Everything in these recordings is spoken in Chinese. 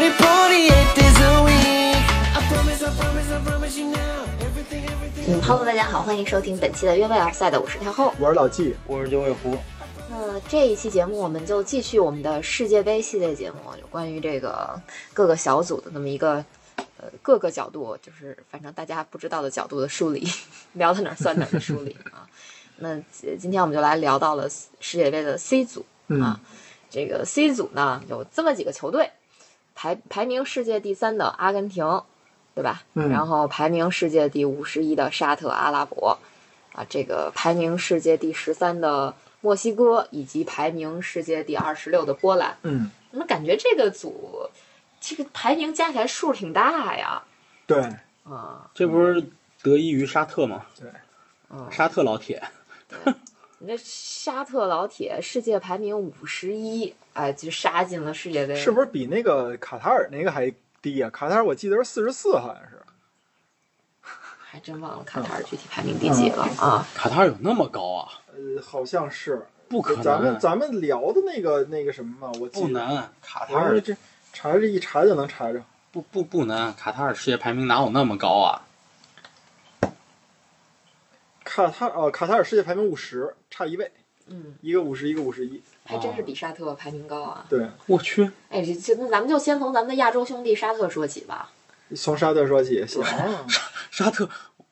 party eight days a week. I promise, I promise, I promise you now. Everything, everything. 嗯，Hello，大家好，欢迎收听本期的越位 F 赛的，我是太后。我是老纪，我是九尾狐，那这一期节目，我们就继续我们的世界杯系列节目，有关于这个各个小组的那么一个呃各个角度，就是反正大家不知道的角度的梳理， 聊到哪儿算哪儿的梳理 啊。那呃今天我们就来聊到了世界杯的 C 组嗯啊，这个 C 组呢有这么几个球队，排排名世界第三的阿根廷，对吧？嗯然后排名世界第五十一的沙特阿拉伯，啊，这个排名世界第十三的墨西哥，以及排名世界第二十六的波兰。嗯，怎么感觉这个组这个排名加起来数挺大呀？对，啊、这不是得益于沙特吗？嗯，沙特老铁，你这沙特老铁世界排名五十一，哎，就杀进了世界杯，是不是比那个卡塔尔那个还低呀、卡塔尔我记得是四十四，好像是。还真忘了卡塔嗯尔具体排名第几了啊？卡塔尔有那么高啊？呃，好像是。不可能，咱们咱们聊的那个那个什么嘛，我记不得。难，卡塔我说尔这查这一查就能查着。不不不难，卡塔尔世界排名哪有那么高啊？卡塔哦，卡塔尔世界排名五十，差一位，嗯，一个五十，一个五十一。还真是比沙特排名高啊！对，我去，哎，这这那咱们就先从咱们的亚洲兄弟沙特说起吧。从沙特说起也行。沙特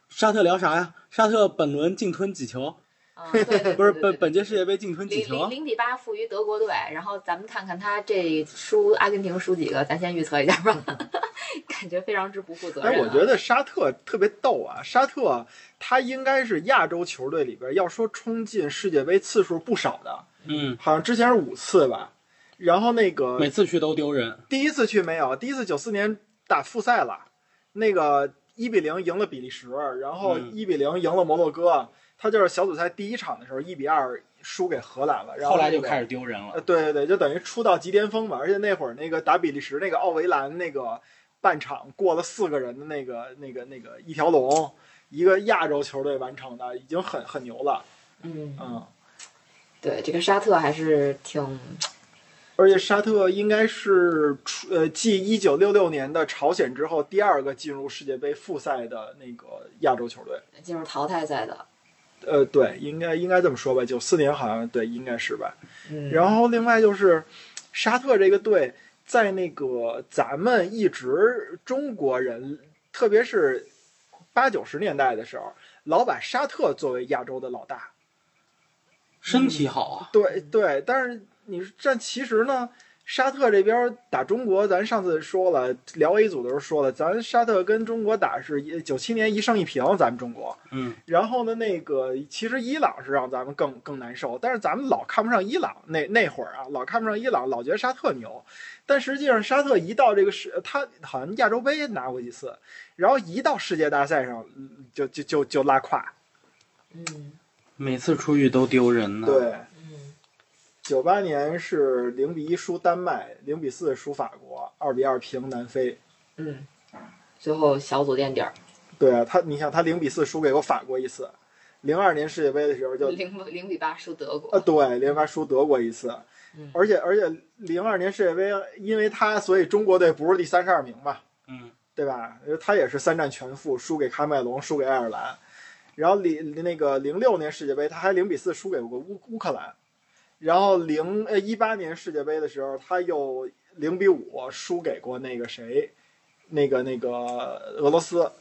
沙特聊啥呀？沙特本轮净吞几球？啊，对对对不是对本对本届世界杯净吞几零零球？零比八负于德国队，然后咱们看看他这输阿根廷输几个，咱先预测一下吧， 感觉非常之不负责但任、啊。哎我觉得沙特特别逗啊，沙特啊他应该是亚洲球队里边要说冲进世界杯次数不少的，嗯，好像之前是五次吧。然后那个每次去都丢人。第一次去没有，第一次九四年打复赛了，那个一比零赢了比利时，然后嗯一比零赢了摩洛哥，他就是小组赛第一场的时候一比二输给荷兰了，然后后来就那个开始丢人了呃，，对对对，就等于出到极巅峰吧。而且那会儿那个打比利时那个奥维兰那个半场过了四个人的那个那个那个一条龙，一个亚洲球队完成的，已经很很牛了，嗯，嗯。对，这个沙特还是挺而且沙特应该是出呃继一九六六年的朝鲜之后第二个进入世界杯复赛的那个亚洲球队。进入淘汰赛的。呃，对，应该应该这么说吧，九四年好像对，应该是吧。嗯，然后另外就是沙特这个队，在那个咱们一直中国人，特别是八九十年代的时候，老把沙特作为亚洲的老大。身体好啊。对对，但是你但其实呢，沙特这边打中国，咱上次说了，聊 A 组的时候说了，咱沙特跟中国打是九七年一胜一平，咱们中国。嗯，然后呢，那个其实伊朗是让咱们更更难受，但是咱们老看不上伊朗那那会儿啊，老看不上伊朗，老觉得沙特牛，但实际上沙特一到这个世，他好像亚洲杯拿过几次，然后一到世界大赛上嗯就就就就拉胯。嗯每次出去都丢人呢。，对，嗯九八年是零比一输丹麦，零比四输法国，二比二平南非。嗯，最后小组垫底儿，对啊，他你想他零比四输给过法国一次，零二年世界杯的时候就零零比八输德啊，国。对，连发输德国一次嗯，而且而且零二年世界杯，因为他，所以中国队不是第三十二名嘛，嗯，对吧？因为他也是三战全负，输给喀麦隆，输给爱尔兰。然后零那个零六年世界杯，他还零比四输给过乌乌克兰。然后零呃一八年世界杯的时候，他又零比五输给过那个谁，那个那个俄罗斯。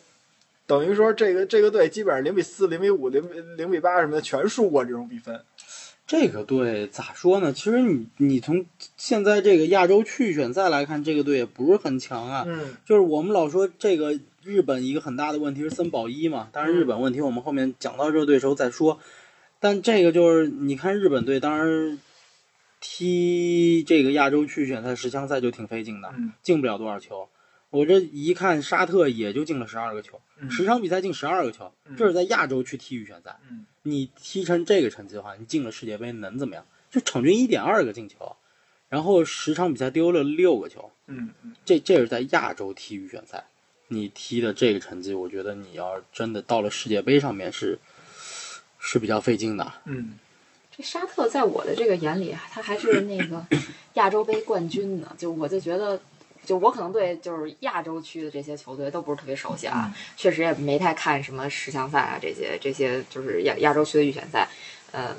等于说，这个这个队基本上零比四、零比五、零零比八什么的全输过这种比分。这个队咋说呢？其实你你从现在这个亚洲区域选赛来看，这个队也不是很强啊。嗯，就是我们老说这个日本一个很大的问题是森保一嘛，当然日本问题我们后面讲到这个队的时候再说。但这个就是你看日本队，当然踢这个亚洲区选赛十强赛就挺费劲的嗯，进不了多少球。我这一看，沙特也就进了十二个球，嗯十场比赛进十二个球嗯，这是在亚洲区踢预选赛。嗯你踢成这个成绩的话，你进了世界杯能怎么样？就场均一点二个进球，然后十场比赛丢了六个球，嗯嗯，这这是在亚洲踢预选赛，你踢的这个成绩，我觉得你要真的到了世界杯上面是是比较费劲的。嗯，这沙特在我的这个眼里，他还是那个亚洲杯冠军呢。就我就觉得，就我可能对就是亚洲区的这些球队都不是特别熟悉啊，确实也没太看什么十强赛啊这些这些就是亚亚洲区的预选赛。嗯，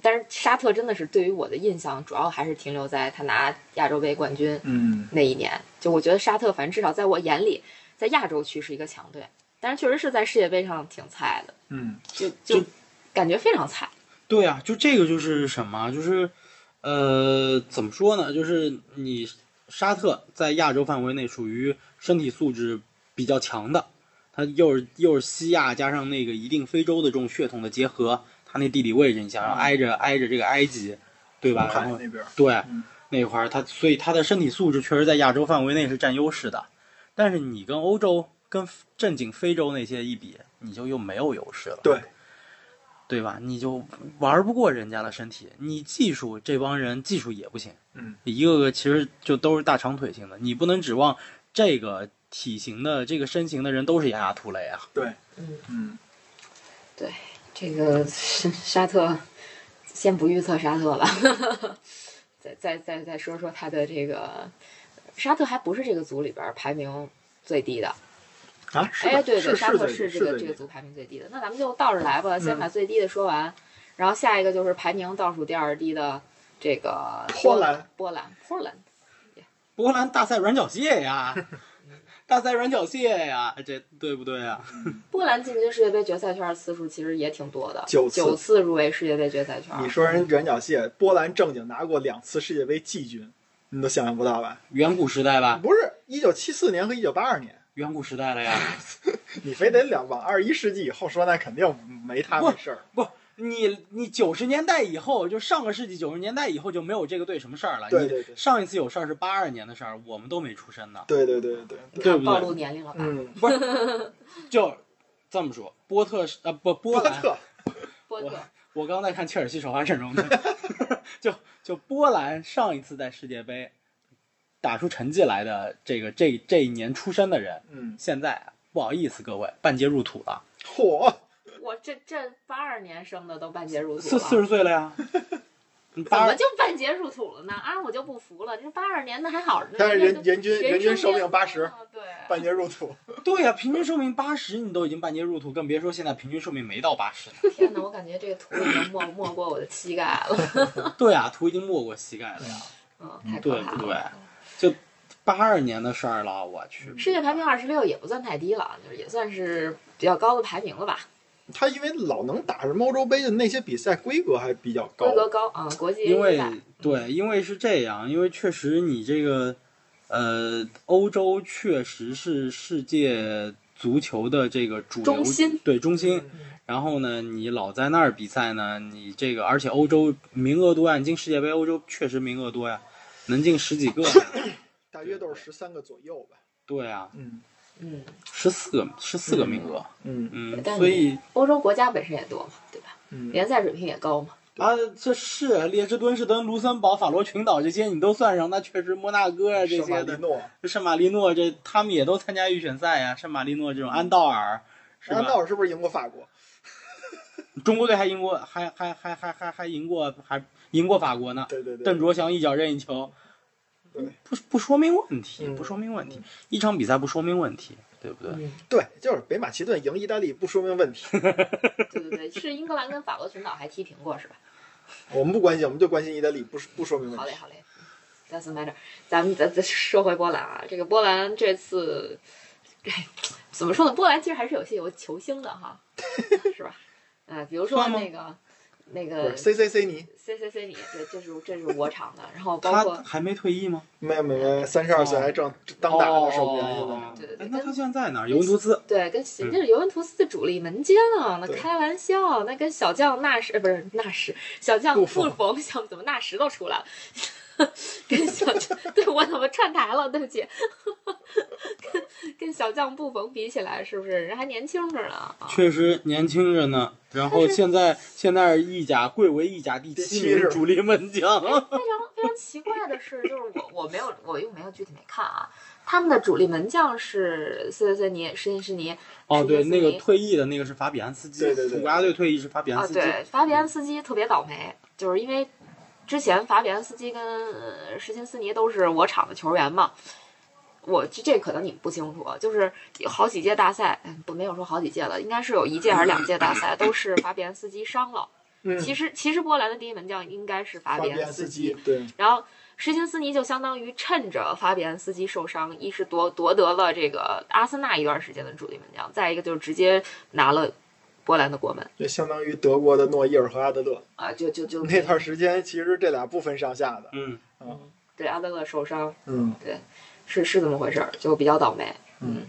但是沙特真的是对于我的印象，主要还是停留在他拿亚洲杯冠军嗯那一年。就我觉得沙特，反正至少在我眼里，在亚洲区是一个强队，但是确实是在世界杯上挺菜的，嗯就就就感觉非常菜。对啊，就这个就是什么，啊就是呃，怎么说呢？就是你沙特在亚洲范围内属于身体素质比较强的，它又是又是西亚加上那个一定非洲的这种血统的结合，它那地理位置，你想想挨着挨着这个埃及，对吧？海然后那边儿，对，嗯那一块儿，他所以他的身体素质确实在亚洲范围内是占优势的，但是你跟欧洲、跟正经非洲那些一比，你就又没有优势了，对对吧？你就玩不过人家的身体，你技术这帮人技术也不行，嗯，一个个其实就都是大长腿型的，你不能指望这个体型的、这个身形的人都是雅雅图雷啊，对，嗯嗯这个 沙沙特，先不预测沙特了， 再再再再说说他的这个，沙特还不是这个组里边儿排名最低的。啊，是哎，的对对，是沙特是这这个这个组排名最低的。那咱们就倒着来吧，先嗯把最低的说完，然后下一个就是排名倒数第二低的这个波兰，波兰，波兰。波兰大赛软脚蟹 呀，大赛软脚蟹呀，这对不对啊？波兰进军世界杯决赛圈的次数其实也挺多的，九九次次入围世界杯决赛圈。你说人软脚蟹，波兰正经拿过两次世界杯季军，你都想象不到吧？远古时代吧，不是，一九七四年和一九八二年，远古时代了呀。你非得两往二十一世纪以后说，那肯定没他们事儿。不，你你九十年代以后，就上个世纪九十年代以后就没有这个队什么事儿了。对对对你上一次有事儿是八二年的事儿，我们都没出生呢。对对对对对，对不暴对？露年龄了吧？嗯，就这么说，波特是呃不波波兰，特，波特，我刚才看切尔西首发阵容的， 就就波兰上一次在世界杯打出成绩来的这个这这一年出生的人，嗯，现在不好意思各位半截入土了，嚯，我这这八二年生的都半截入土四了，四十岁了呀。怎么八二就半截入土了呢？啊，我就不服了，这八二年的还好着呢，但是人人家人均人均寿命八十，，对，半截入土。对呀、平均寿命八十，你都已经半截入土，更别说现在平均寿命没到八十呢。天哪，我感觉这个土已经没没过我的膝盖 了，对啊，图已经没过膝盖了呀。嗯，太可对怕不了。对？就八二年的事儿了，我去。世界排名二十六也不算太低了，啊就是也算是比较高的排名了吧，他因为老能打什么欧洲杯的那些比赛规格还比较规高，格高啊、嗯国际因为赛对，因为是这样，因为确实你这个，呃，欧洲确实是世界足球的这个主流中心嗯对中心。然后呢，你老在那儿比赛呢，你这个而且欧洲名额多呀，你进世界杯欧洲确实名额多呀，能进十 几个呀。大约都是十三个左右吧。对啊，嗯嗯，十四个十四个名额，嗯嗯，但所以欧洲国家本身也多嘛，对吧？嗯，联赛水平也高嘛，啊，这是列支敦士登、卢森堡、法罗群岛这些你都算上，那确实摩纳哥啊这圣马些力的，诺，圣马力诺这他们也都参加预选赛呀、圣马力诺这种安道尔是吧？安道尔是不是赢过法国？中国队还赢过，还还还还还还赢过，还赢过法国呢。对对对邓，卓翔一脚任意球嗯对，不不说明问题，嗯不说明问题，一场比赛不说明问题，对不对？嗯，对，就是北马其顿赢意大利不说明问题。对对对，是英格兰跟法国群岛还踢平过是吧？我们不关心，我们就关心意大利，不是不说明好问嘞，题。好嘞。Doesn't matter，咱们咱咱说回波兰啊，这个波兰这次，哎，怎么说呢？波兰其实还是有些有球星的哈，是吧？呃，比如说算吗那个那不个是 C C C 尼， C C C 你，这这是这是我场的，然后包他括还没退役吗？没有没有没有，三十二岁还正当打呢，守门员现在。哦对对对哎那他现在在哪儿？尤文图斯。对跟嗯人家是尤文图斯的主力门将，啊那对开玩笑，那跟小将纳什呃不是纳什，小将布冯布冯小怎么纳什都出来了， 跟小对我怎么串台了？对不起，跟跟小将布冯比起来，是不是人还年轻着呢？啊确实年轻着呢。然后现在现在是意甲贵为意甲第七第七名是吧主力门 将，哎非常非常奇怪的是，就是我我没有我又没有具体没看啊，他们的主力门将是斯特森尼、施金施尼。哦，是对，斯那个尼退役的那个是法比安斯基，对对对国家队退役是法比安啊，斯基。对，法比安斯基特别倒霉，就是因为之前法比安斯基跟呃什琴斯尼都是我场的球员嘛。我这这可能你们不清楚，啊就是有好几届大赛，嗯不没有说好几届了，应该是有一届还是两届大赛都是法比安斯基伤了。嗯，其实其实波兰的第一门将应该是法法比比安安斯斯基基，对，然后施琴斯尼就相当于趁着法比安斯基受伤，一是夺夺得了这个阿森纳一段时间的主力门将，再一个就是直接拿了波兰的国门这相当于德国的诺伊尔和阿德勒。啊，就就就那段时间其实这俩不分上下的。嗯，对阿德勒受伤嗯，是是这么回事儿，就比较倒霉。嗯，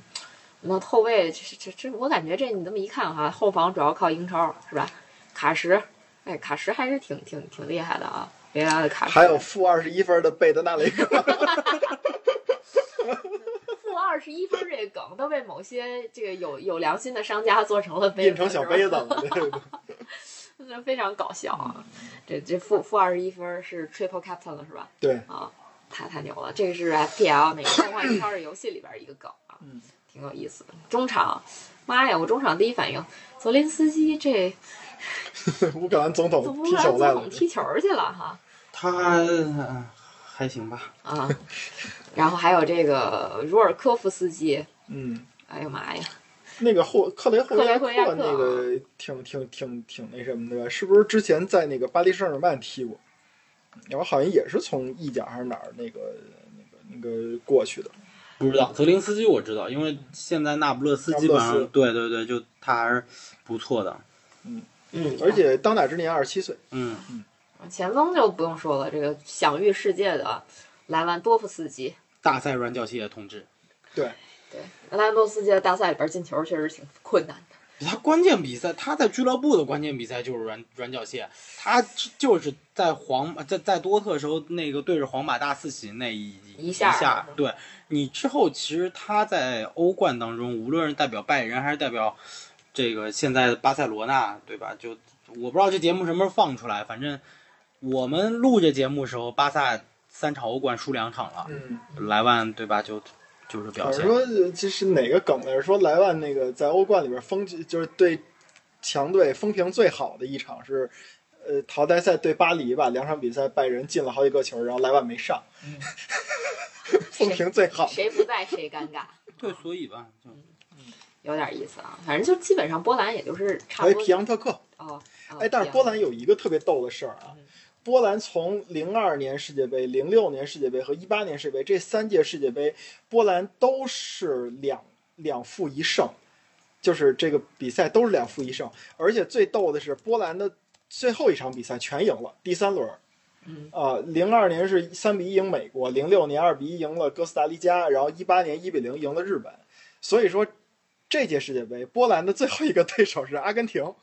那后卫这这这，我感觉这你这么一看哈，后防主要靠英超是吧？卡什，哎，卡什还是挺挺挺厉害的啊，维拉的卡什。还有负二十一分的贝德纳雷克。 负二十一分这个梗都被某些这个有有良心的商家做成了杯子印成小是吧杯子了，嗯对对那非常搞笑啊！这这负负二十一分是 triple captain 了是吧？对，啊，太太牛了！这个是 FPL 那个《梦幻一超》的游戏里边一个梗啊，嗯挺有意思的。中场，妈呀！我中场第一反应，泽连斯基这对，乌克兰总怎么统乌踢克兰球来总了统，踢球去了哈？他呃还行吧。啊，然后还有这个茹尔科夫斯基，嗯，哎呦妈呀！那个后克雷霍亚克雷霍亚克克那个挺挺挺挺那什么的吧？是不是之前在那个巴黎圣日耳曼踢过？然后好像也是从意甲还是哪儿那个那个那个过去的。不知道泽林斯基我知道，因为现在那不勒斯基本那不勒上斯对对对，就他还是不错的。嗯，而且当打之年二十七岁，嗯，前锋就不用说了，这个享誉世界的莱万多夫斯基，大赛软脚蟹同志，对，对，莱万多夫斯基在大赛里边进球确实挺困难的。他关键比赛，他在俱乐部的关键比赛就是软软脚蟹，他就是在皇在在多特时候那个对着皇马大四喜那一一下下，对你之后其实他在欧冠当中，无论是代表拜仁还是代表这个现在的巴塞罗那，对吧？就我不知道这节目什么时候放出来，反正我们录这节目时候，巴萨三场欧冠输两场了，嗯，莱万对吧？就就是表好像现。说呃这是哪个梗来着？说莱万那个在欧冠里边风就是对强队风评最好的一场是，呃，淘汰赛对巴黎吧，两场比赛拜仁进了好几个球，然后莱万没上，嗯 风评最好。谁不在谁尴尬，对，所以吧，就有点意思啊。反正就基本上波兰也就是差不还有皮多扬特克，哦。哦哎，但是波兰有一个特别逗的事儿啊嗯，波兰从零二年世界杯、零六年世界杯和一八年世界杯这三届世界杯，波兰都是两两负一胜，就是这个比赛都是两负一胜，而且最逗的是波兰的最后一场比赛全赢了，第三轮儿。嗯啊，零二年是三比一赢美国，零六年二比一赢了哥斯达黎加，然后一八年一比零赢了日本。所以说，这届世界杯波兰的最后一个对手是阿根廷。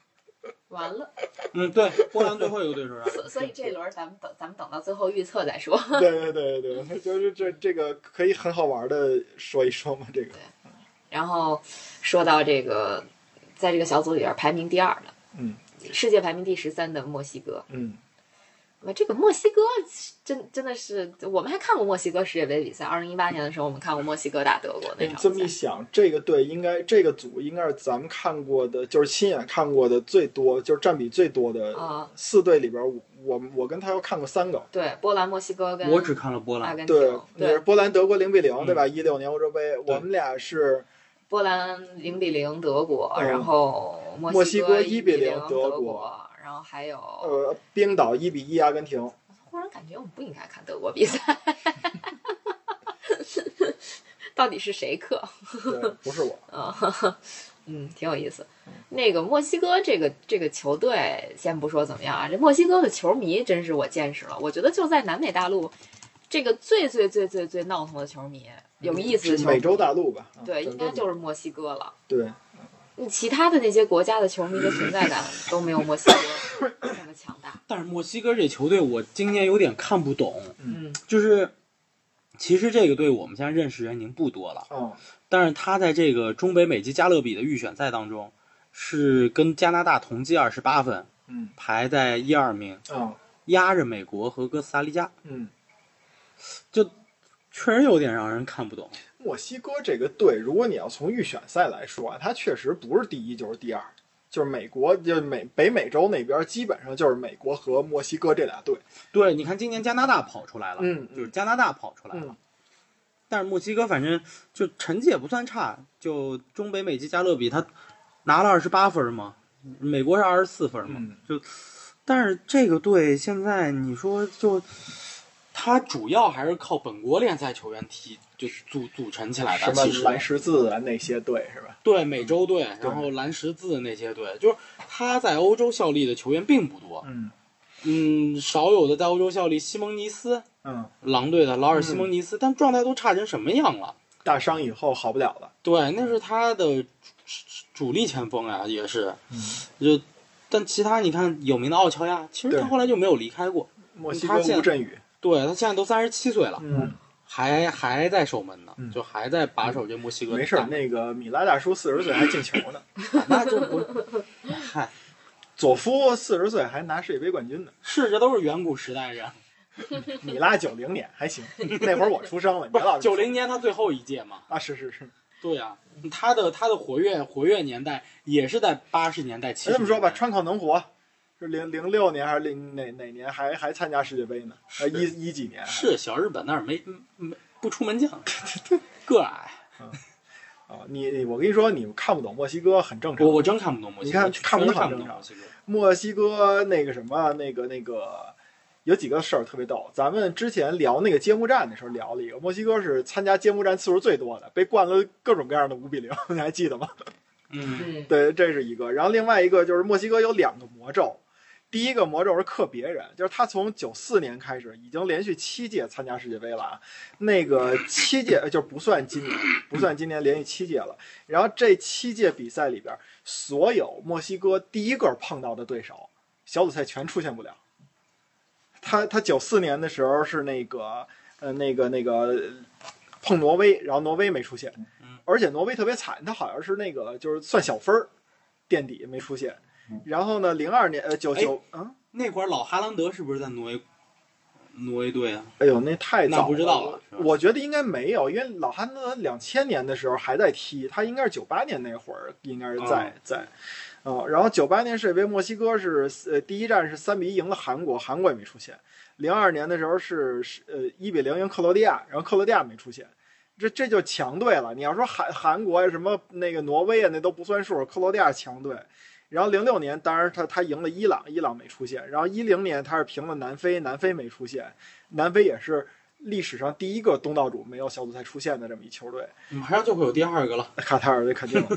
完了，嗯，对，波兰最后一个对手是所所以这轮咱们等咱们等到最后预测再说。 对对对对对，就是这这个可以很好玩的说一说嘛，这个然后说到这个，在这个小组里边排名第二的，嗯，世界排名第十三的墨西哥。嗯那这个墨西哥真真的是，我们还看过墨西哥世界杯比赛，二零一八年的时候我们看过墨西哥打德国那你场哎这么比一赛。想，这个队应该这个组应该是咱们看过的，就是亲眼看过的最多，就是占比最多的啊四队里边，我我我跟他又看过三个。对，波兰、墨西哥跟我只看了波阿兰，根对廷，，那是对，波兰、德国零比零，嗯对吧？一六年欧洲杯，我们俩是波兰零比零德国，嗯然后墨墨西西哥哥一比1比零零德德国国，然后还有，呃冰岛一比一阿根廷，忽然感觉我们不应该看德国比赛， 到底是谁克？对，不是我，啊， 哈哈，嗯，挺有意思。那个墨西哥这个这个球队，先不说怎么样啊，这墨西哥的球迷真是我见识了。我觉得就在南美大陆，这个最最最最最闹腾的球迷，有意思的是球美迷，洲大陆吧？啊对，应该就是是墨西哥了。对，你其他的那些国家的球迷的存在感都没有墨西哥那么强大。但是墨西哥这球队，我今年有点看不懂，嗯，就是其实这个队我们现在认识人已经不多了，嗯，但是他在这个中北美及加勒比的预选赛当中，是跟加拿大同积二十八分，嗯，排在一二名，嗯，压着美国和哥斯达黎加，嗯，确实有点让人看不懂。墨西哥这个队，如果你要从预选赛来说啊，它确实不是第一就是第二，就是美国，就是美北美洲那边基本上就是美国和墨西哥这俩队。对，你看今年加拿大跑出来了，嗯嗯就是加拿大跑出来了，嗯但是墨西哥反正就成绩也不算差，就中北美及加勒比他拿了二十八分嘛，美国是二十四分嘛，嗯就但是这个队现在你说就他主要还是靠本国联赛球员踢，就组组成起来什的，么其实蓝十字啊那些队是吧？对美洲队，嗯然后蓝十字那些队，就是他在欧洲效力的球员并不多，嗯嗯，少有的在欧洲效力，西蒙尼斯。嗯，狼队的劳尔·西蒙尼斯，但状态都差成什么样了？大伤以后好不了了。对，那是他的主主力前锋啊，也是，嗯就但其他你看有名的奥乔亚，其实对他后来就没有离开过。墨西哥吴镇宇，对他现在都三十七岁了，嗯，还还在守门呢，嗯就还在把守这墨西哥的没事儿，大门。那个米拉大叔四十岁还进球 呢，那这不，嗨，佐夫四十岁还拿世界杯冠 军呢，是这都是远古时代人，米拉九零年还行，那会儿我出生 了，你别老九零年他最后一届嘛。啊，是是是，对呀、他的他的活跃活跃年代也是在八十年代七十。这么说吧，川口能活是零零六年还是零哪哪年还还参加世界杯呢？呃，一一几年还是小日本那儿没嗯没不出门将，个矮。啊？你你我跟你说，你看不懂墨西哥很正常我。我真看不懂墨西哥，你看看不真懂看不懂很正常墨西哥。墨西哥那个什么那个那个。有几个事儿特别逗，咱们之前聊那个揭幕战的时候聊了一个，墨西哥是参加揭幕战次数最多的，被灌了各种各样的五比零，你还记得吗？嗯，嗯，对，这是一个。然后另外一个就是墨西哥有两个魔咒，第一个魔咒是克别人，就是他从九四年开始已经连续七届参加世界杯了啊。那个七届呃就不算今年，不算今年连续七届了。然后这七届比赛里边，所有墨西哥第一个碰到的对手，小组赛全出现不了。他他九四年的时候是那个呃那个那个碰挪威，然后挪威没出现，而且挪威特别惨，他好像是那个就是算小分儿，垫底没出现。然后呢，零二年呃九哎九啊，那会儿老哈兰德是不是在挪威挪威队啊？哎呦那太早那不知道了是吧我觉得应该没有，因为老哈德两千年的时候还在踢，他应该是九八年那会儿应该是在、在。哦，然后九八年世界杯，墨西哥是呃第一站是三比一赢了韩国，韩国也没出现。零二年的时候是是呃一比零赢克罗地亚，然后克罗地亚没出现，这这就强队了。你要说韩韩国呀什么那个挪威啊那都不算数，克罗地亚强队。然后零六年，当然他他赢了伊朗，伊朗没出现。然后一零年他是平了南非，南非没出现，南非也是历史上第一个东道主没有小组赛出现的这么一球队，嗯马上就会有第二个了。卡塔尔队肯定了。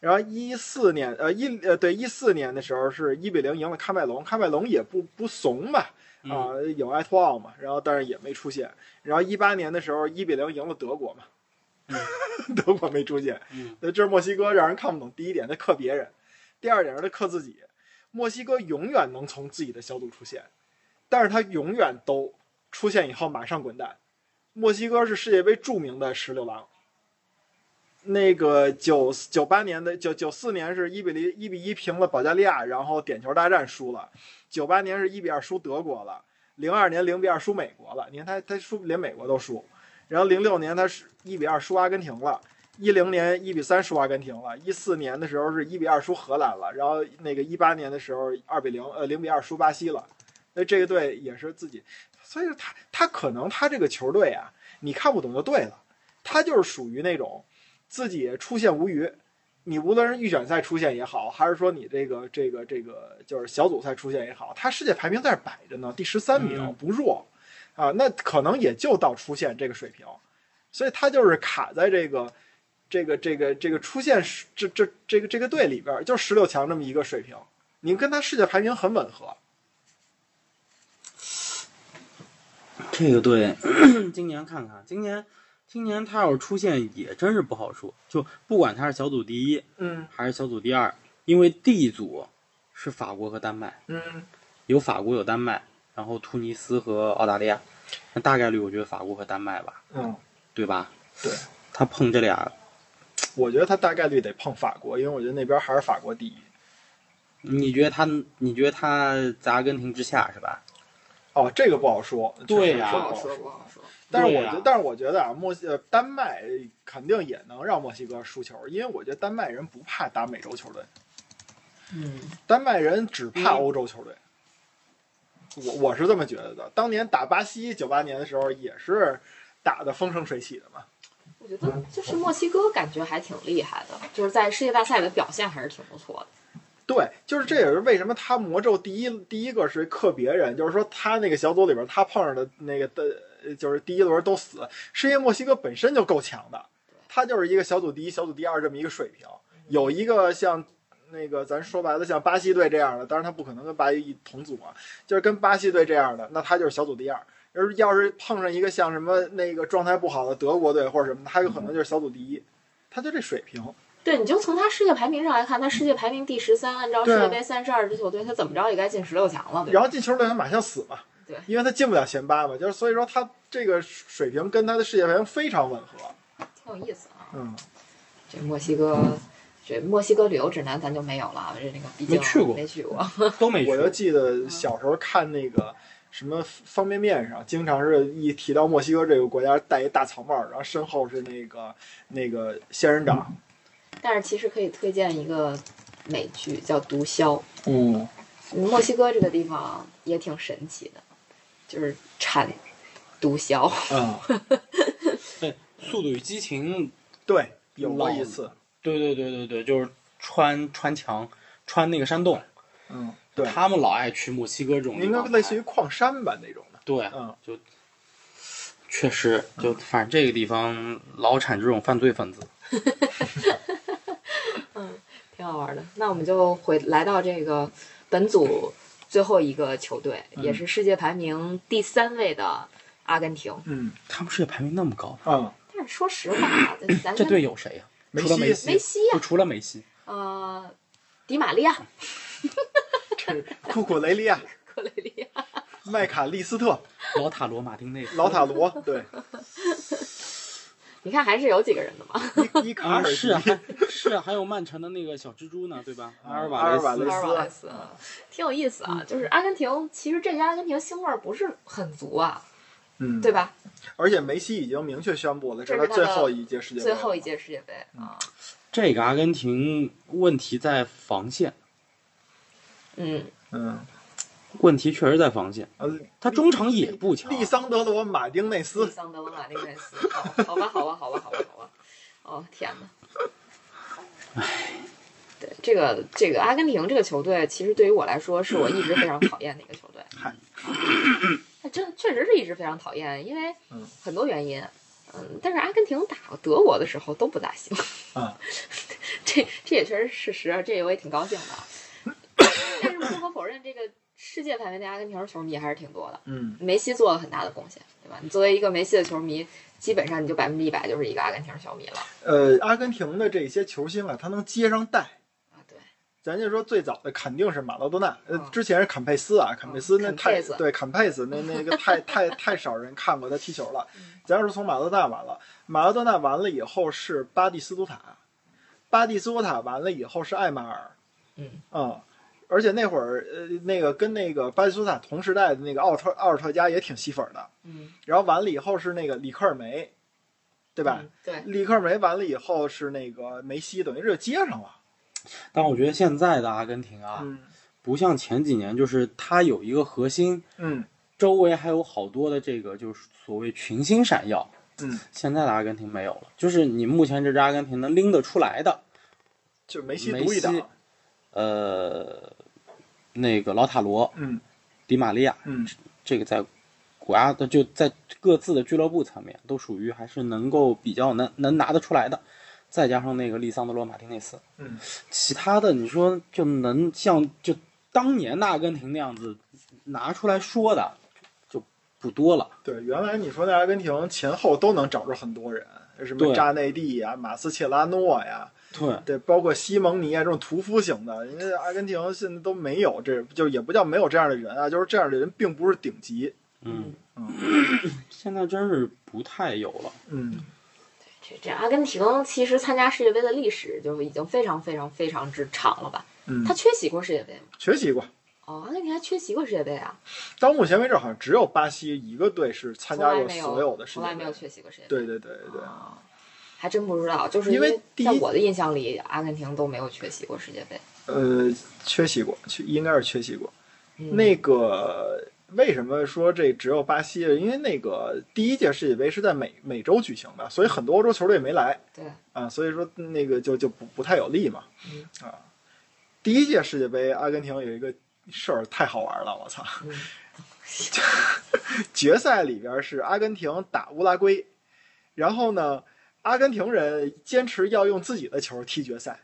然后一四年，呃一呃对一四年的时候是一比零赢了喀麦隆，喀麦隆也不不怂吧，啊、有埃托奥嘛，然后但是也没出现。然后一八年的时候一比零赢了德国嘛， 德国没出现。嗯，那这是墨西哥让人看不懂。第一点，他克别人；第二点是他克自己。墨西哥永远能从自己的小组出现，但是他永远都出现以后马上滚蛋。墨西哥是世界杯著名的十六郎。那个九九八年的九九四年是一比零一比一平了保加利亚，然后点球大战输了。九八年是一比二输德国了，零二年零比二输美国了。你看他他输连美国都输，然后零六年他是一比二输阿根廷了。一零年一比三输阿根廷了，一四年的时候是一比二输荷兰了，然后那个一八年的时候二比零呃零比二输巴西了，那这个队也是自己，所以说他他可能他这个球队啊，你看不懂就对了，他就是属于那种自己出现无余，你无论是预选赛出现也好，还是说你这个这个这个就是小组赛出现也好，他世界排名在这儿摆着呢，第十三名嗯不弱啊，那可能也就到出现这个水平，所以他就是卡在这个。这个这个这个出现是这这这个这个队里边儿就十六强这么一个水平，你跟他世界排名很吻合。这个队 今年看看，今年今年他要是出现也真是不好说。就不管他是小组第一嗯还是小组第二，因为 D 组是法国和丹麦，嗯有法国有丹麦，然后突尼斯和澳大利亚，那大概率我觉得法国和丹麦吧，嗯，对吧？对，他碰这俩，我觉得他大概率得碰法国，因为我觉得那边还是法国第一。你觉得他？你觉得他在阿根廷之下是吧？哦，这个不好说，对确呀实不是好说说，不好说。但是我对觉呀得，但是我觉得啊，墨西呃丹麦肯定也能让墨西哥输球，因为我觉得丹麦人不怕打美洲球队，嗯，丹麦人只怕嗯欧洲球队。我我是这么觉得的。当年打巴西九八年的时候也是打的风生水起的嘛。我觉得就是墨西哥感觉还挺厉害的，就是在世界大赛里的表现还是挺不错的。对，就是这也是为什么他魔咒第一第一个是克别人，就是说他那个小组里边他碰上的那个的，呃就是第一轮都死，是因为墨西哥本身就够强的，他就是一个小组第一、小组第二这么一个水平，有一个像。那个咱说白了，像巴西队这样的，当然他不可能跟巴西同组啊，就是跟巴西队这样的，那他就是小组第二。要是要是碰上一个像什么那个状态不好的德国队或者什么的，他有可能就是小组第一，他就这水平。对，你就从他世界排名上来看，他世界排名第十三，按照对世啊界杯三十二支球队，他怎么着也该进十六强了，对然吧？后进球队他马上死嘛，对因为他进不了前八嘛，就是所以说他这个水平跟他的世界排名非常吻合，挺有意思啊。嗯，这墨西哥，这墨西哥旅游指南咱就没有了啊，这那个毕竟没去过没去过。都没我去就记得小时候看那个什么方便面上，经常是一提到墨西哥这个国家戴一大草帽，然后身后是那个那个仙人掌，但是其实可以推荐一个美剧叫《毒枭》，嗯，墨西哥这个地方也挺神奇的，就是产毒枭。啊、对《速度与激情》，对，有过一次，对对对对对，就是穿穿墙，穿那个山洞，嗯，对，他们老爱去墨西哥这种地应该方拍，类似于矿山吧那种的，对，嗯，确实，就反正这个地方老产这种犯罪分子。挺好玩的。那我们就回来到这个本组最后一个球队，嗯也是世界排名第三位的阿根廷。嗯他们世界排名那么高，嗯，但是说实话，啊 咱这跟队有谁呀、梅除了梅西西梅西就呀、除了梅西，呃，迪玛利亚、库库雷利亚、克雷利亚，麦卡利斯特、老塔罗马丁内斯，老塔罗， 对，你看还是有几个人的嘛。伊伊卡 啊尔迪是啊还是啊，还有曼城的那个小蜘蛛呢，对吧？阿尔瓦阿尔瓦雷斯雷斯，阿尔瓦雷斯，挺有意思嗯啊。就是阿根廷，其实这届阿根廷腥味儿不是很足啊，嗯，对吧？而且梅西已经明确宣布了，这是这是他最后一届世界杯最了，后一届世界杯啊，这个阿根廷问题在防线，嗯，嗯，问题确实在防线，呃，他中场也不强。利桑德罗·马丁内斯，桑德罗啊马丁内斯，好，好吧，好吧，好吧，好吧，好吧，哦，天哪！对这个这个阿根廷这个球队，其实对于我来说，是我一直非常讨厌的一个球队。嗨那真确实是一直非常讨厌，因为嗯很多原因。嗯，但是阿根廷打德国的时候都不咋行。啊， 这这也确实是事实，这我也挺高兴的。啊 但是不可否认，这个世界排名的阿根廷球迷还是挺多的。嗯，梅西做了很大的贡献，对吧？你作为一个梅西的球迷，基本上你就百分之一百就是一个阿根廷球迷了呃，阿根廷的这些球星啊，他能接上带。啊。对，咱就说最早的肯定是马拉多纳，呃嗯，之前是坎佩斯啊，坎佩斯那嗯太坎佩斯对坎佩斯那那个太太太少人看过他踢球了。嗯咱要是从马拉多纳完了，马拉多纳完了以后是巴蒂斯图塔，巴蒂斯图塔完了以后是艾马尔，嗯嗯，而且那会儿呃那个跟那个巴蒂斯图塔同时代的那个奥特奥尔特加也挺吸粉的，嗯，然后完了以后是那个里克尔梅，对对吧？？嗯对，里克尔梅完了以后是那个梅西，等于是接上了。但我觉得现在的阿根廷啊，嗯不像前几年，就是它有一个核心，嗯周围还有好多的这个就是所谓群星闪耀。嗯，现在的阿根廷没有了，就是你目前这支阿根廷能拎得出来的，就是梅西梅独一档西。呃，那个老塔罗、嗯迪玛利亚，嗯这个在国家的就在各自的俱乐部层面都属于还是能够比较能能拿得出来的，再加上那个利桑德罗马丁内斯，嗯，其他的你说就能像就当年的阿根廷那样子拿出来说的就不多了。对，原来你说那阿根廷前后都能找着很多人，什么对啊扎内蒂呀、马斯切拉诺呀、对，对，包括西蒙尼啊这种屠夫型的，人家阿根廷现在都没有这，就也不叫没有这样的人啊，就是这样的人并不是顶级。嗯，现在真是不太有了。嗯，这这阿根廷其实参加世界杯的历史就已经非常非常非常之长了吧？嗯他缺席过世界杯吗？缺席过。哦，阿根廷还缺席过世界杯啊？到目前为止，好像只有巴西一个队是参从加来过没所有的世从界来杯没有。缺席过世界杯。对对对对对，哦，还真不知道，就是因为第一在我的印象里，阿根廷都没有缺席过世界杯。呃，缺席过，缺应该是缺席过。嗯那个为什么说这只有巴西？因为那个第一届世界杯是在美美洲举行的，所以很多欧洲球队没来。对，啊，所以说那个就就不不太有利嘛嗯。啊，第一届世界杯，阿根廷有一个事儿太好玩了，我操！嗯， 决赛里边是阿根廷打乌拉圭，然后呢，阿根廷人坚持要用自己的球踢决赛，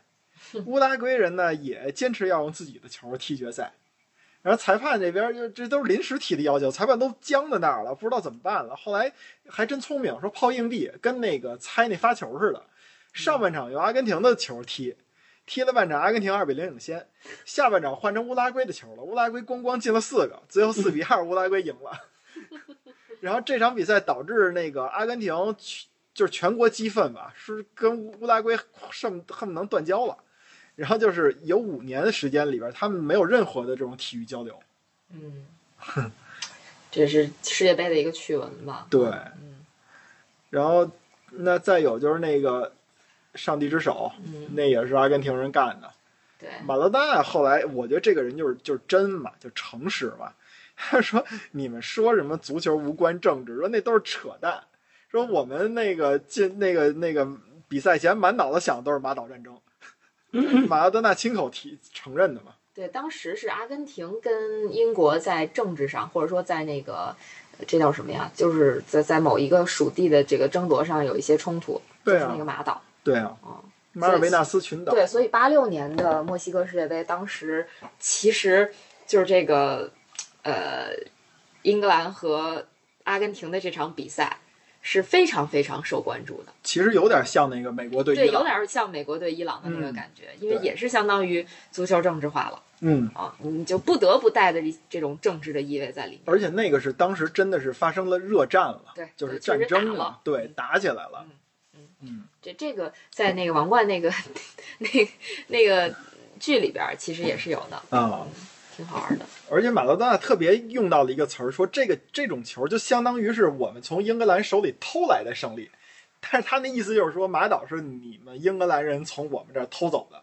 乌拉圭人呢也坚持要用自己的球踢决赛。然后裁判这边就这都是临时提的要求，裁判都僵在那儿了，不知道怎么办了。后来还真聪明，说抛硬币，跟那个猜那发球似的。上半场由阿根廷的球踢，踢了半场阿根廷二比零领先，下半场换成乌拉圭的球了，乌拉圭咣咣进了四个，最后四比二乌拉圭赢了。然后这场比赛导致那个阿根廷去就是全国激愤吧，是跟乌拉圭恨恨不能断交了。然后就是有五年的时间里边，他们没有任何的这种体育交流。 嗯，这是世界杯的一个趣闻吧？对嗯然后那再有就是那个上帝之手，嗯，那也是阿根廷人干的。对，马拉多纳后来，我觉得这个人就是就是真嘛，就诚实嘛。他说：“你们说什么足球无关政治，说那都是扯淡。说我们那个进那个那个比赛前，满脑子想的都是马岛 战争。马拉多纳亲口提承认的嘛。对，当时是阿根廷跟英国在政治上，或者说在那个呃这叫什么呀？就是在在某一个属地的这个争夺上有一些冲突，就对是那个啊，马岛。对啊哦，马尔维纳斯群岛。对，所以八六年的墨西哥世界杯，当时其实就是这个呃，英格兰和阿根廷的这场比赛是非常非常受关注的。其实有点像那个美国对对，伊有朗。点儿像美国对伊朗的那个嗯感觉，因为对也是相当于足球政治化了嗯，啊，你就不得不带着这这种政治的意味在里面。而且那个是当时真的是发生了热战了，对就是确战实争打了对，打起来了。嗯嗯这这个在那个王冠那个那那个剧里边儿其实也是有的，啊。挺好玩的。而且马拉多纳特别用到了一个词儿，说这个这种球就相当于是我们从英格兰手里偷来的胜利，但是他那意思就是说马岛是你们英格兰人从我们这儿偷走的，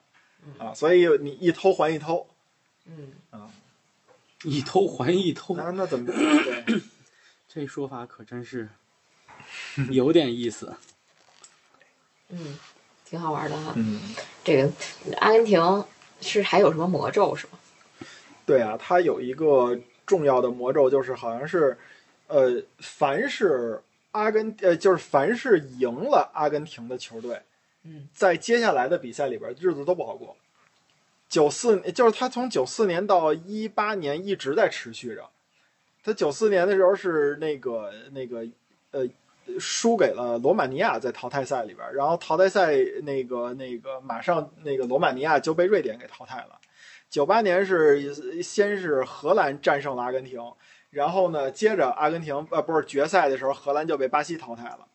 啊，所以你一偷还一偷，嗯，一偷还一偷，那那怎 么办？对这说法可真是有点意思。嗯，挺好玩的哈。嗯，这个阿根廷是还有什么魔咒是吗？对啊，他有一个重要的魔咒，就是好像是，呃，凡是阿根呃，就是凡是赢了阿根廷的球队，嗯，在接下来的比赛里边日子都不好过。九四就是他从九四年到一八年一直在持续着。他九四年的时候是那个那个呃输给了罗马尼亚在淘汰赛里边，然后淘汰赛那个那个马上那个罗马尼亚就被瑞典给淘汰了。九八年是先是荷兰战胜了阿根廷，然后呢接着阿根廷呃不是决赛的时候荷兰就被巴西淘汰了。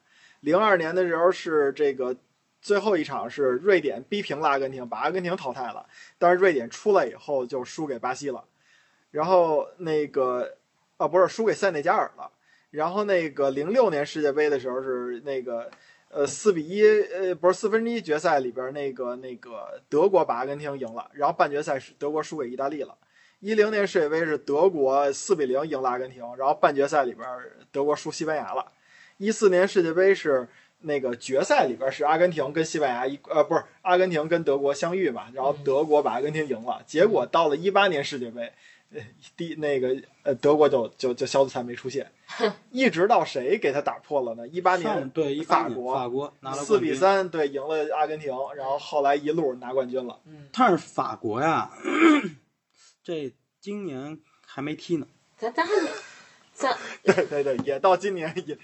零二年的时候是这个最后一场是瑞典逼平了阿根廷，把阿根廷淘汰了。但是瑞典出来以后就输给巴西了，然后那个啊不是输给塞内加尔了。然后那个零六年世界杯的时候是那个呃四比一呃不是四分之一决赛里边那个那个德国把阿根廷赢了，然后半决赛是德国输给意大利了。一零年世界杯是德国四比零赢了阿根廷，然后半决赛里边德国输西班牙了。一四年世界杯是那个决赛里边是阿根廷跟西班牙一呃不是阿根廷跟德国相遇嘛，然后德国把阿根廷赢了，结果到了一八年世界杯，呃第那个呃德国就就就小组赛没 出现，一直到谁给他打破了呢？一八年上对一法八年国法国拿了冠军四比，三对赢了阿根廷，然后后来一路拿冠军了。 嗯，但是法国呀， 这今年还没踢呢。咱咱还没咱对对对，也到今年也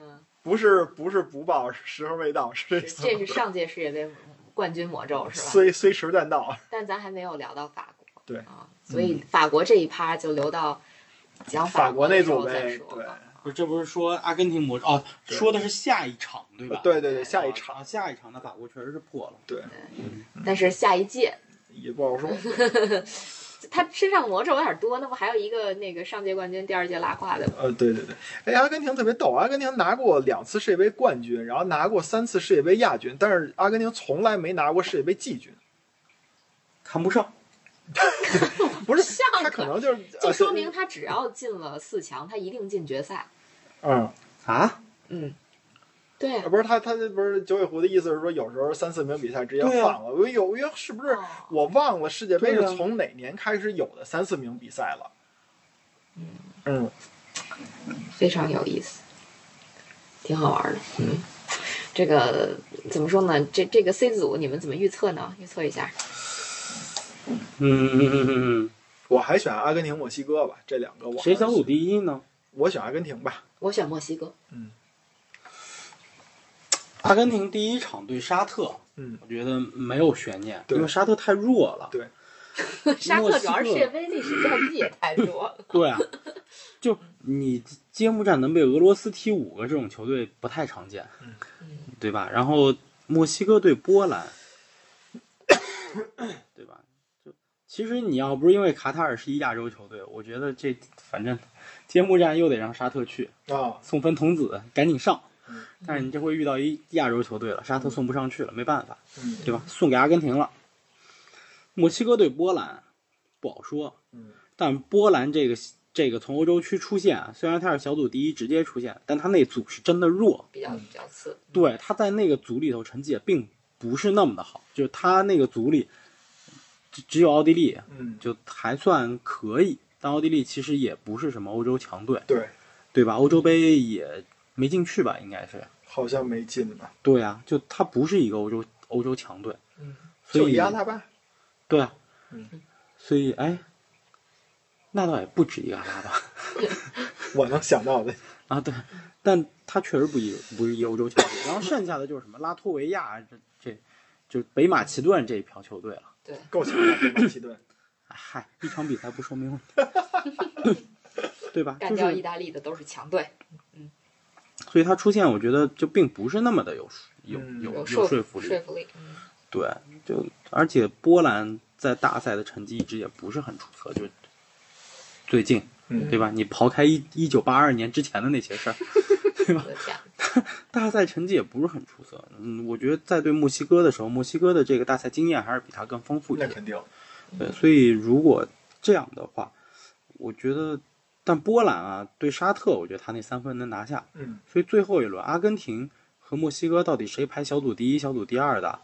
嗯，不是不是不报，时候未到，这是这是上届世界杯冠军魔咒是吧？ 虽虽迟但到。但咱还没有聊到法国，对嗯啊，所以法国这一趴就留到讲法国国的那时候组再呗说，对吧。不是，这不是说阿根廷魔咒哦，对说的是下一场对吧？对对对，下一场啊，下一场的法国确实是破了。嗯但是下一届也不好说。他身上的魔咒有点多，那不还有一个那个上届冠军、第二届拉胯的吗？呃，对对对，哎，阿根廷特别逗，阿根廷拿过两次世界杯冠军，然后拿过三次世界杯亚军，但是阿根廷从来没拿过世界杯季军。看不上，不是，像他可能就是呃就说明他只要进了四强，他一定进决赛。嗯，啊？嗯，对啊，不是他他不是九尾狐的意思是说，有时候三四名比赛直接对啊放了，我有因为是不是哦我忘了世界杯对是啊从哪年开始有的三四名比赛了？嗯，非常有意思，挺好玩的。嗯，这个怎么说呢？这这个 C 组你们怎么预测呢？预测一下。嗯嗯嗯嗯我还选阿根廷、墨西哥吧，这两个我嗯，还谁小组第一呢？我选阿根廷吧。我选墨西哥，阿根廷第一场对沙特，嗯，我觉得没有悬念，对因为沙特太弱了。对 沙特主要墨是西哥世界杯历史战绩也太弱了。 对啊，就你揭幕战能被俄罗斯踢五个这种球队不太常见，对吧？然后墨西哥对波兰，对吧？就其实你要不是因为卡塔尔是一亚洲球队，我觉得这反正揭幕战又得让沙特去啊，送分童子，赶紧上嗯。但是你这回遇到一亚洲球队了，沙特送不上去了，没办法。嗯对吧？送给阿根廷了。墨西哥对波兰不好说，嗯，但波兰这个这个从欧洲区出现，啊虽然他是小组第一直接出现，但他那组是真的弱。比较比较次。嗯对，他在那个组里头成绩也并不是那么的好，就是他那个组里只只有奥地利嗯，就还算可以，但奥地利其实也不是什么欧洲强队，对，对吧？欧洲杯也没进去吧，应该是。好像没进吧，对啊，就他不是一个欧洲欧洲强队，嗯，所就以一阿拉巴。对啊，嗯，所以哎，那倒也不止一个阿拉吧我能想到的，啊，对，但他确实不一不是一欧洲球队，然后剩下的就是什么拉脱维亚这这，就北马其顿这一票球队了。对，够 强了，这马其顿。嗨，一场比赛不说明问题，对吧？干就掉意是大利的都是强队，所以他出现，我觉得就并不是那么的有有嗯有有有说服力说。服力。嗯对，就而且波兰在大赛的成绩一直也不是很出色，就最近，嗯对吧？你刨开一一九八二年之前的那些事儿，我的天，啊大赛成绩也不是很出色。嗯，我觉得在对墨西哥的时候，墨西哥的这个大赛经验还是比他更丰富一那些。肯定，对，所以如果这样的话，我觉得，但波兰啊对沙特，我觉得他那三分能拿下。嗯，所以最后一轮，阿根廷和墨西哥到底谁排小组第一、小组第二的？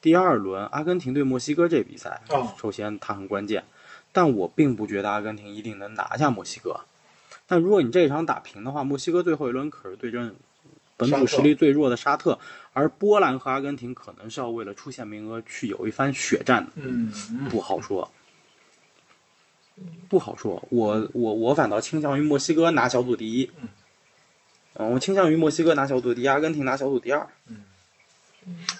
第二轮阿根廷对墨西哥这比赛，哦首先它很关键，但我并不觉得阿根廷一定能拿下墨西哥。但如果你这一场打平的话，墨西哥最后一轮可是对阵本土沙特实力最弱的沙特，而波兰和阿根廷可能是要为了出线名额去有一番血战的。嗯，不好说，不好说。我我我反倒倾向于墨西哥拿小组第一。嗯嗯，我倾向于墨西哥拿小组第一，阿根廷拿小组第二。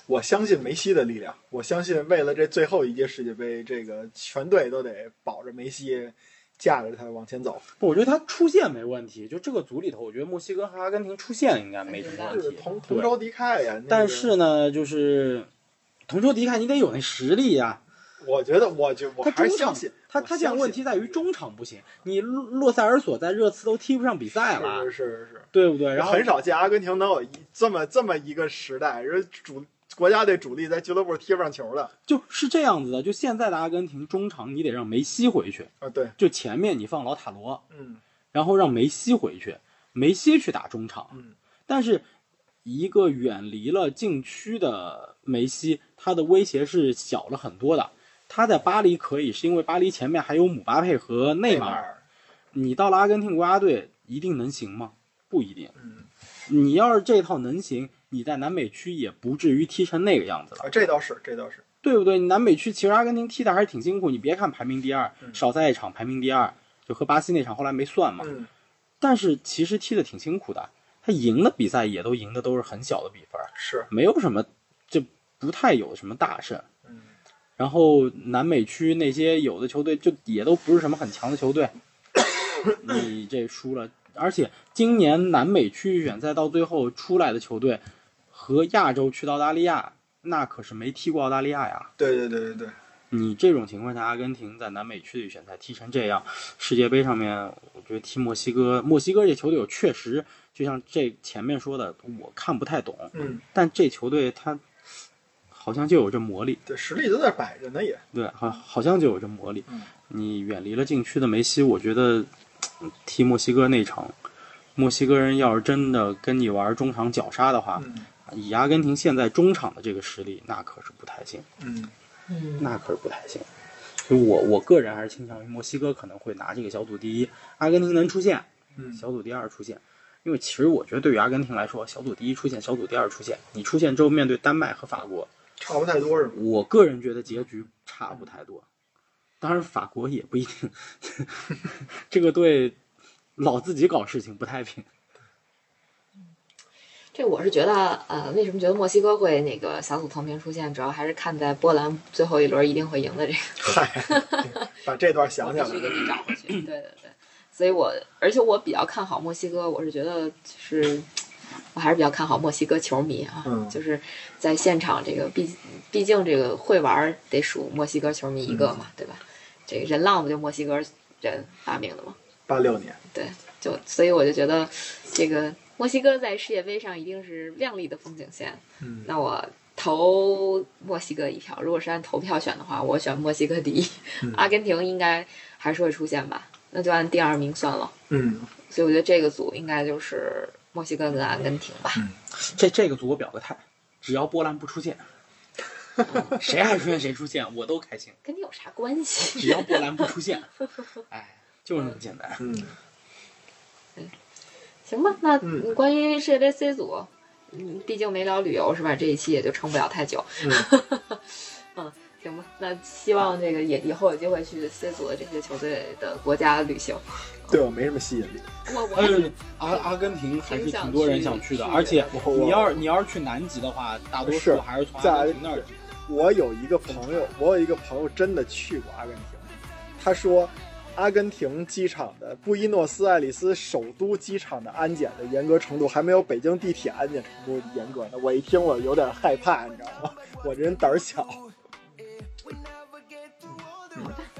我相信梅西的力量，我相信为了这最后一届世界杯，这个全队都得保着梅西，架着他往前走。不我觉得他出线没问题，就这个组里头，我觉得墨西哥和阿根廷出线应该没什么问是题。同同对，仇敌忾呀。那个但是呢，就是同仇敌忾，你得有那实力呀、我觉得，我就我他还中是相场信，他我他相现在问信题在于中场不行，你洛洛塞尔索在热刺都踢不上比赛了是，是是对不对？是，然后很少见阿根廷能有一这么这么一个时代，人主国家队主力在俱乐部踢不上球的就是这样子的，就现在的阿根廷中场，你得让梅西回去，啊。对，就前面你放老塔罗，嗯然后让梅西回去，梅西去打中场。嗯但是一个远离了禁区的梅西，他的威胁是小了很多的。他在巴黎可以，是因为巴黎前面还有姆巴佩和内马尔。尔，你到了阿根廷国家队，一定能行吗？不一定。嗯你要是这套能行，你在南美区也不至于踢成那个样子了。啊，这倒是，这倒是，对不对？你南美区其实阿根廷踢的还是挺辛苦，你别看排名第二，嗯少赛一场排名第二，就和巴西那场后来没算嘛。嗯但是其实踢的挺辛苦的，他赢的比赛也都赢的都是很小的比分，是，没有什么就不太有什么大胜。嗯，然后南美区那些有的球队就也都不是什么很强的球队，你这输了。而且今年南美区域选赛到最后出来的球队和亚洲区的澳大利亚，那可是没踢过澳大利亚呀。对对对对对，你这种情况下，阿根廷在南美区域选赛踢成这样，世界杯上面，我觉得踢墨西哥，墨西哥这球队我确实就像这前面说的，我看不太懂，嗯，但这球队他好像就有这魔力。对，实力都在摆着呢也。对，好，好像就有这魔力嗯。你远离了禁区的梅西，我觉得嗯踢墨西哥那场，墨西哥人要是真的跟你玩中场绞杀的话，嗯以阿根廷现在中场的这个实力，那可是不太行，嗯，嗯，那可是不太行。所以我我个人还是倾向于墨西哥可能会拿这个小组第一，阿根廷能出线，嗯小组第二出线。因为其实我觉得对于阿根廷来说，小组第一出线，小组第二出线，你出线之后面对丹麦和法国，差不太多是吧？我个人觉得结局差不太多，当然法国也不一定， 这个队老自己搞事情不太平。这我是觉得，呃，为什么觉得墨西哥会那个小组同屏出现，主要还是看在波兰最后一轮一定会赢的这个。嗨， 把这段想起我必须来。给你找回去。对 对对，所以我而且我比较看好墨西哥，我是觉得就是我还是比较看好墨西哥球迷啊，嗯就是在现场这个毕毕竟这个会玩儿得数墨西哥球迷一个嘛，对吧？这个人浪子就墨西哥人发明的嘛，八六年，就所以我就觉得这个墨西哥在世界杯上一定是亮丽的风景线。嗯，那我投墨西哥一票，如果是按投票选的话，我选墨西哥第一，嗯阿根廷应该还是会出现吧，那就按第二名算了。嗯，所以我觉得这个组应该就是墨西哥跟阿根廷嗯吧。这这个组我表个态，只要波兰不出现，谁爱出现谁出现，我都开心。跟你有啥关系？只要波兰不出 现，哎，就是那么简单。 嗯，行吧，那嗯关于世界杯 C 组，嗯，毕竟没聊旅游是吧？这一期也就撑不了太久。嗯嗯， 行吧，那希望这个也以后有机会去 C 组的这些球队的国家旅行。对我没什么吸引力。我我还是呃，阿阿根廷还是挺多人想去的，而且我你要是你要是去南极的话，大多数是还是从阿在根廷那儿去。我有一个朋友，我有一个朋友真的去过阿根廷，他说，阿根廷机场的布宜诺斯艾利斯首都机场的安检的严格程度还没有北京地铁安检程度严格呢。我一听我有点害怕，你知道吗？我这人胆儿小。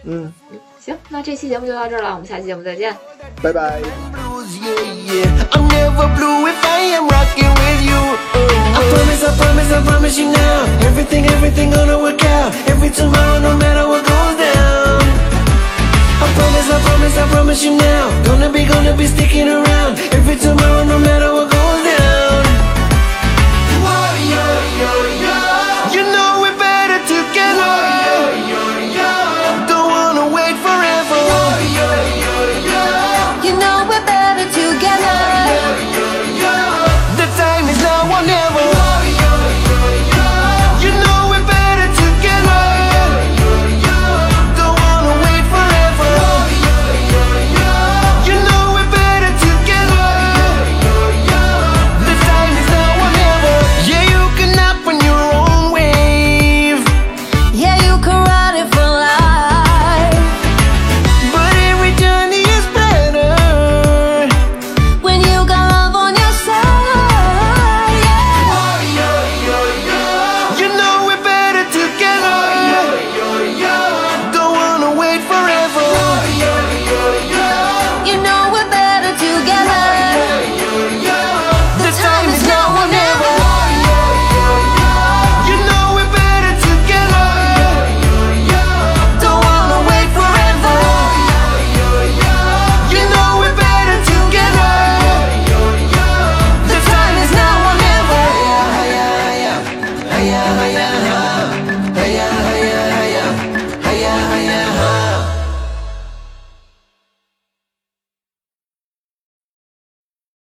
嗯， 行，那这期节目就到这儿了，我们下期节目再见。拜拜。 blues, yeah, yeah. I'm never blue if I am rocking with you. Oh, I promise, I promise, I promise you now. Everything, everything gonna work out. Every tomorrow, no matter what goes down. I promise, I promise, I promise you now. Gonna be, gonna be sticking around. Every tomorrow.